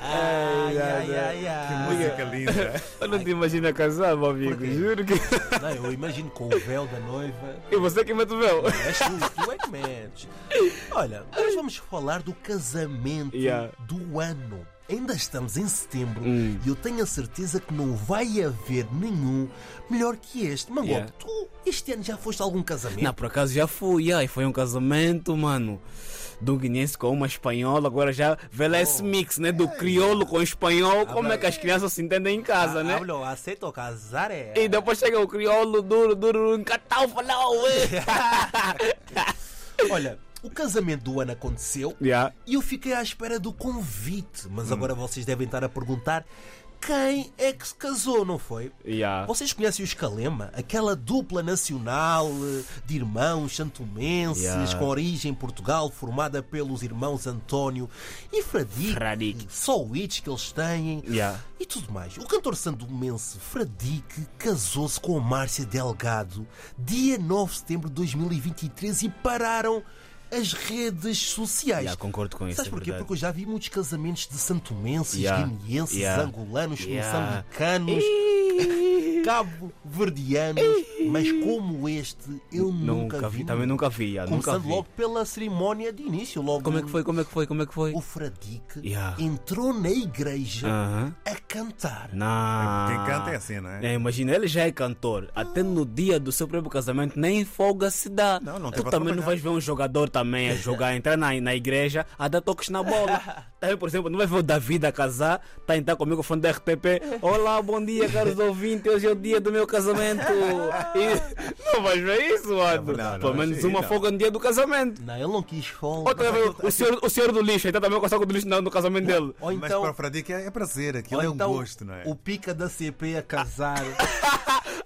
ai, ai, ai, ai. Música linda. Eu não te imagino a casar, meu amigo. Por quê? Juro que. Não, eu imagino com o véu da noiva. E você que me atuveu. És tu, tu é que metes. Olha, nós vamos falar do casamento Yeah. do ano. Ainda estamos em setembro Hum. e eu tenho a certeza que não vai haver nenhum melhor que este. Mangote, Yeah. tu este ano já foste a algum casamento? Não, por acaso já fui, ai, foi um casamento, mano. Do guinense com uma espanhola, agora já vê esse mix, né? Do crioulo com espanhol, como é que as crianças se entendem em casa, né? Hablo, Ah, aceito casar é. E depois chega o crioulo duro, duro, encatau, falou, "Oh, ué. Olha, o casamento do ano aconteceu Já. e eu fiquei à espera do convite. Hum. Mas agora vocês devem estar a perguntar quem é que se casou, não foi? Já. Vocês conhecem os Calema? Aquela dupla nacional eh, de irmãos santomenses Yeah. com origem em Portugal, formada pelos irmãos António e Fradique. Fradique. Só o itch que eles têm. Yeah. E tudo mais. O cantor santomense Fradique casou-se com a Márcia Delgado dia 9 de setembro de 2023 e pararam as redes sociais. Já, concordo com isso. Sabes é porquê? verdade. Porque eu já vi muitos casamentos de santomenses, Yeah. guineenses, Yeah. angolanos, Yeah. moçambicanos, cabo-verdianos, mas como este eu nunca, Nunca vi. vi, também nunca vi, já, nunca Começando vi. logo pela cerimónia de início, logo Como é que foi, como é que foi, como é que foi? o Fradique Yeah. Ah. entrou na igreja Aham. a cantar. Não. Quem canta é assim, não é? Ah. É, imagina, ele já é cantor. Até no dia do seu próprio casamento, nem folga se dá. Não, não tu tem pra também não trabalhar. vais ver um jogador também a jogar, entrar na, na igreja, a dar toques na bola. Também, por exemplo, não vais ver o David a casar, tá então com o microfone da RTP. Olá, bom dia, caros ouvintes, hoje é o dia do meu casamento. E não vais ver isso, mano. Não, não, Pelo menos isso aí uma não. tá folga no dia do casamento. Não, ele não quis Ou tu folga. vai ver o senhor, o senhor do lixo, então também com o saco do lixo no, no casamento dele. Ou Mas para o então, Fradique é é prazer, aquilo ou é um então gosto, não é? o pica da CP a casar.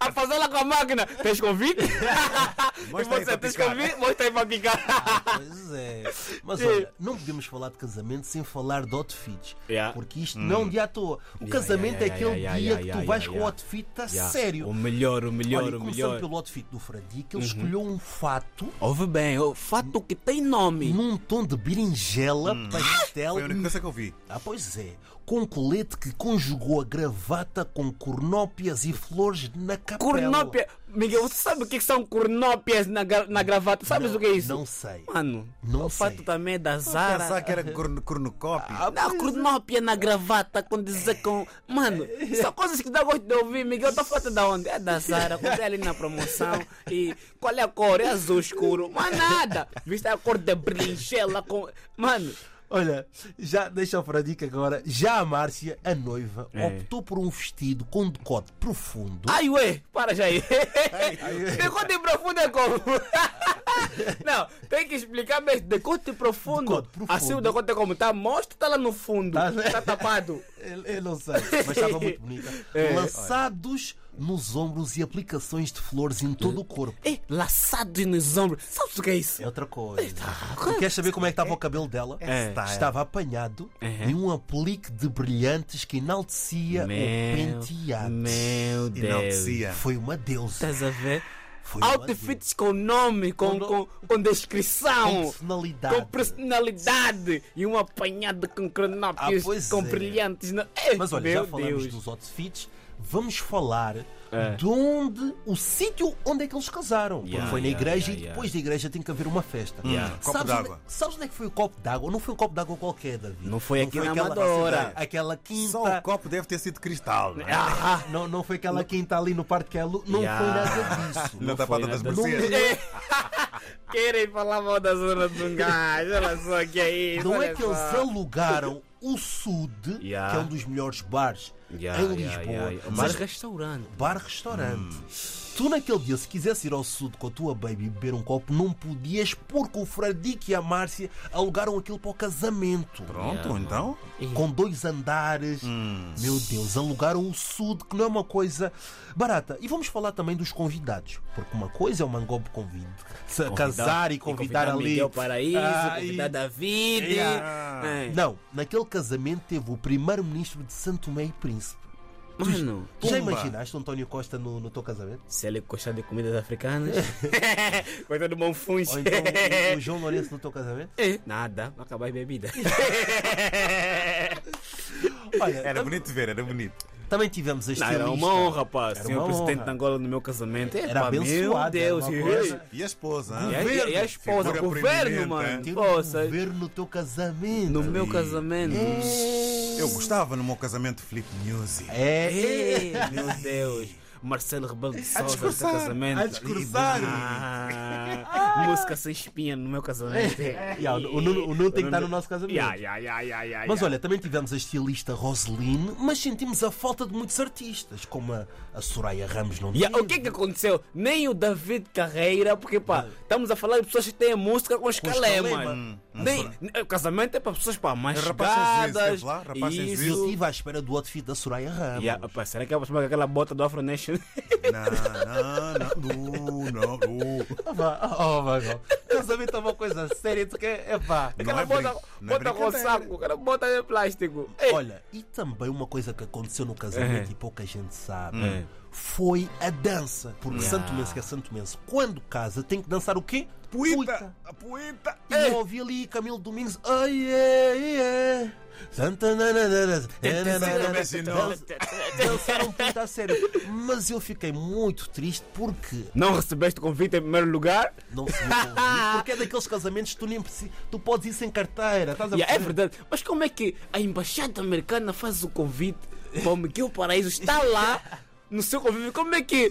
A fazer lá com a máquina. Tens convite? e Mostra você aí pra tens picar. convite? Mostra aí pra picar. Pois é. Mas olha, não podemos falar de casamento sem falar de outfits. Yeah. Porque isto não de à toa. O casamento é yeah, yeah, aquele yeah, dia yeah, que tu yeah, vais yeah, com o yeah. outfit, tá Yeah. sério. O melhor, o melhor, olha, o começando melhor. Uhum. pelo outfit do Fradique, ele escolheu um fato Ouve bem, o fato que tem nome. num tom de berinjela, Hum. pastel. Foi a única coisa que eu vi. Ah, pois é. Com um colete que conjugou a gravata com cornópias e flores na capela. Cornópia. Miguel, você sabe o que que são cornópias na, gra- na gravata? Sabes o que é isso? Não sei. Mano, Não o fato sei. também é da Pensar Zara. que era corno- cornucópio. Não, cornópia na gravata, quando dizer com. Mano, são coisas que dá gosto de ouvir, Miguel. Tá foto da onde? É da Zara, comprei ali na promoção. E qual é a cor? É azul escuro. Mas nada. Viste a cor da berinjela com. Mano, Olha, já deixa o Fradique agora. Já a Márcia, a noiva, É. optou por um vestido com decote profundo. Ai, ué, para já aí. Decote profundo é como? Não, tem que explicar mesmo. Decote profundo. Decote profundo. Assim o decote é como? Tá mostra, tá lá no fundo. Tá, Tá, né? tapado. Eu, eu não sei, mas estava muito bonita. É. Laçados nos ombros e aplicações de flores em todo o corpo. É, laçado nos ombros. Sabes o que é isso? É outra coisa. Tu queres saber como é que estava o cabelo dela? É. style. Estava apanhado Uhum. em um aplique de brilhantes que enaltecia o penteado. meu E não Deus. descia. Foi uma deusa. Estás a ver? Foi uma deusa. Outfits com nome, com, Com- com, com Com descrição. Com personalidade. personalidade e um apanhado com Ah, cronópios, pois com é. brilhantes. na- É, Mas olha, meu já falamos Deus. dos outfits, vamos falar de onde, o sítio onde é que eles casaram. Porque É. Yeah, foi na yeah, igreja yeah, e yeah. depois da igreja tem que haver uma festa. Yeah. Copo sabes, onde, d'água. sabes onde é que foi o copo d'água? Não foi um copo d'água qualquer, David. Não foi aqui na aquela, Amadora. Aquela quinta. Só o copo deve ter sido cristal. Não, é? Ah, Não, não foi aquela quinta ali no Parque Elo, não Yeah. foi nada disso. na tapada é das nada. Mercedes. né? Querem falar mal da zona de um gajo, olha só que é isso. Não é olha que eles só. alugaram o Sud, Yeah. que é um dos melhores bares Yeah, é em yeah, Lisboa. yeah, yeah. Mas Mas restaurante. bar-restaurante. Tu naquele dia, se quisesse ir ao sud com a tua baby e beber um copo, não podias porque o Fradique e a Márcia alugaram aquilo para o casamento. Pronto, então. Com dois andares. Meu Deus, alugaram o sud, que não é uma coisa barata. E vamos falar também dos convidados. Porque uma coisa é o Mangob convide. Se casar e convidar, ali. Miguel Paraíso, Ah, e- convidar David. Yeah. É. Não, naquele casamento teve o primeiro-ministro de Santo Tomé e Príncipe. Mano, Tu já Pumba. imaginaste o António Costa no, no teu casamento? se ele gostar de comidas africanas, coisa do bom funge. Ou então o, o João Lourenço no teu casamento? É, Nada, vai acabar a bebida. Olha, Era tam- bonito de ver, era bonito. também tivemos este Não, era lista. uma honra, pá. Ser uma o presidente honra. de Angola no meu casamento. Era Epá, Meu abençoado, era Deus. uma e- coisa- E a esposa, hein? E a, e a esposa, Figura o governo, proeminente, mano. hein? Ter Poça, um governo no teu casamento. no meu casamento. Eu gostava no meu casamento Flip Music. É, é. Ei, meu Deus. Marcelo Rebelo de Sousa no seu discursar, casamento. a discursar. Ah, música sem espinha no meu casamento. Yeah, o Nuno- o Nuno tem que estar no nosso casamento. Yeah, yeah, yeah, yeah, yeah, Mas yeah. olha, também tivemos a estilista Roseline, mas sentimos a falta de muitos artistas, como a, a Soraya Ramos não Yeah, o teve. que é que aconteceu? Nem o David Carreira, porque pá, Hum. estamos a falar de pessoas que têm música com escalé, escalé, mano. mano. Nem, nem- o casamento é para pessoas pá, mais É Hum, rapaz sem juízo, chegadas, teve lá, rapaz sem Eu juízo. isso. estive à espera do outfit da Soraya Ramos. Yeah, opa, será que é para aquela bota do Afro Nation? Não, não, não, não, não. Oh, oh, my God. Casamento é uma coisa séria, tu quer. É pá. Não Aquela é bota, brin- não é bota com brincadeira. saco, aquela bota de plástico. Ei, Olha, e também uma coisa que aconteceu no casamento Uhum. e pouca gente sabe Uhum. foi a dança. Porque Yeah. Santo Mense que é Santo Mense, quando casa tem que dançar o quê? Puita, a puita. E eu ouvi ali Camilo Domingos. Ai, ai, ai. Santa na, na, na, na, na, na, na, na. então. imaginou. Dançaram puta um a sério. Mas eu fiquei muito triste porque Não recebeste o convite em primeiro lugar? não se me convide, Porque é daqueles casamentos que tu, nem preci- tu podes ir sem carteira. Estás a Yeah, é perceber? verdade. Mas como é que a embaixada americana faz o convite para o Miguel Paraíso está lá no seu convívio? Como é que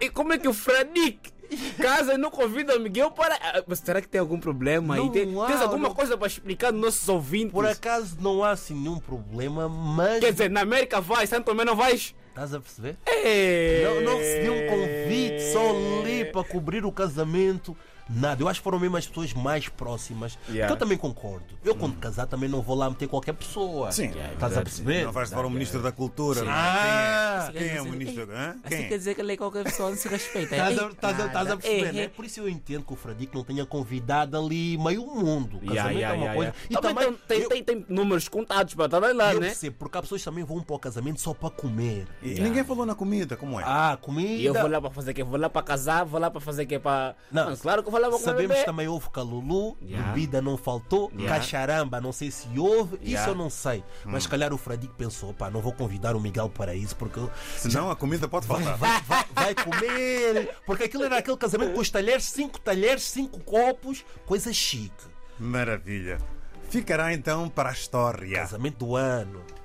e como é que o Fradic casa e não convida o Miguel para? Ah, Mas será que tem algum problema aí? Não Tem, há, tens alguma não- coisa para explicar aos nossos ouvintes? Por acaso não há assim nenhum problema, mas. Quer dizer, na América vai, Santo Tomé não vais? Estás a perceber? É. Não, não recebi um convite só ali para cobrir o casamento. Nada, eu acho que foram mesmo as pessoas mais próximas. Yeah. Hum. Que eu também concordo. Eu, quando casar, também não vou lá meter qualquer pessoa. É Sim. é estás a perceber? Não vais levar o ministro da cultura. não é? Ah, Quem é? Quem é o ministro? Hã? Quem? é? Assim dizer que ali qualquer pessoa não se respeita. Estás a, estás a- estás a perceber, né? Por isso eu entendo que o Fradique não tenha convidado ali meio mundo. Casamento Yeah, yeah, é uma yeah, coisa. yeah. E também, também, tem, eu, tem, tem números contados para estar lá, eu né? percebo, porque há pessoas que também vão para o casamento só para comer. E Ninguém falou na comida, como é? Ah, E eu vou comida. lá para fazer o quê? Vou lá para casar, vou lá para fazer o quê? Para... Não. Mano, claro que eu vou lá para comer Sabemos tá bebê. também houve calulu, Yeah. bebida não faltou, Yeah. cacharamba, não sei se houve, Yeah. Hum. isso eu não sei. Mas se calhar o Fradique pensou, pá, não vou convidar o Miguel para isso, porque eu- Senão a comida pode faltar. vai, vai- vai comer. Porque aquilo era aquele casamento com os talheres, cinco talheres, cinco copos, coisa chique. Maravilha. Ficará então para a história. Ah. Casamento do ano.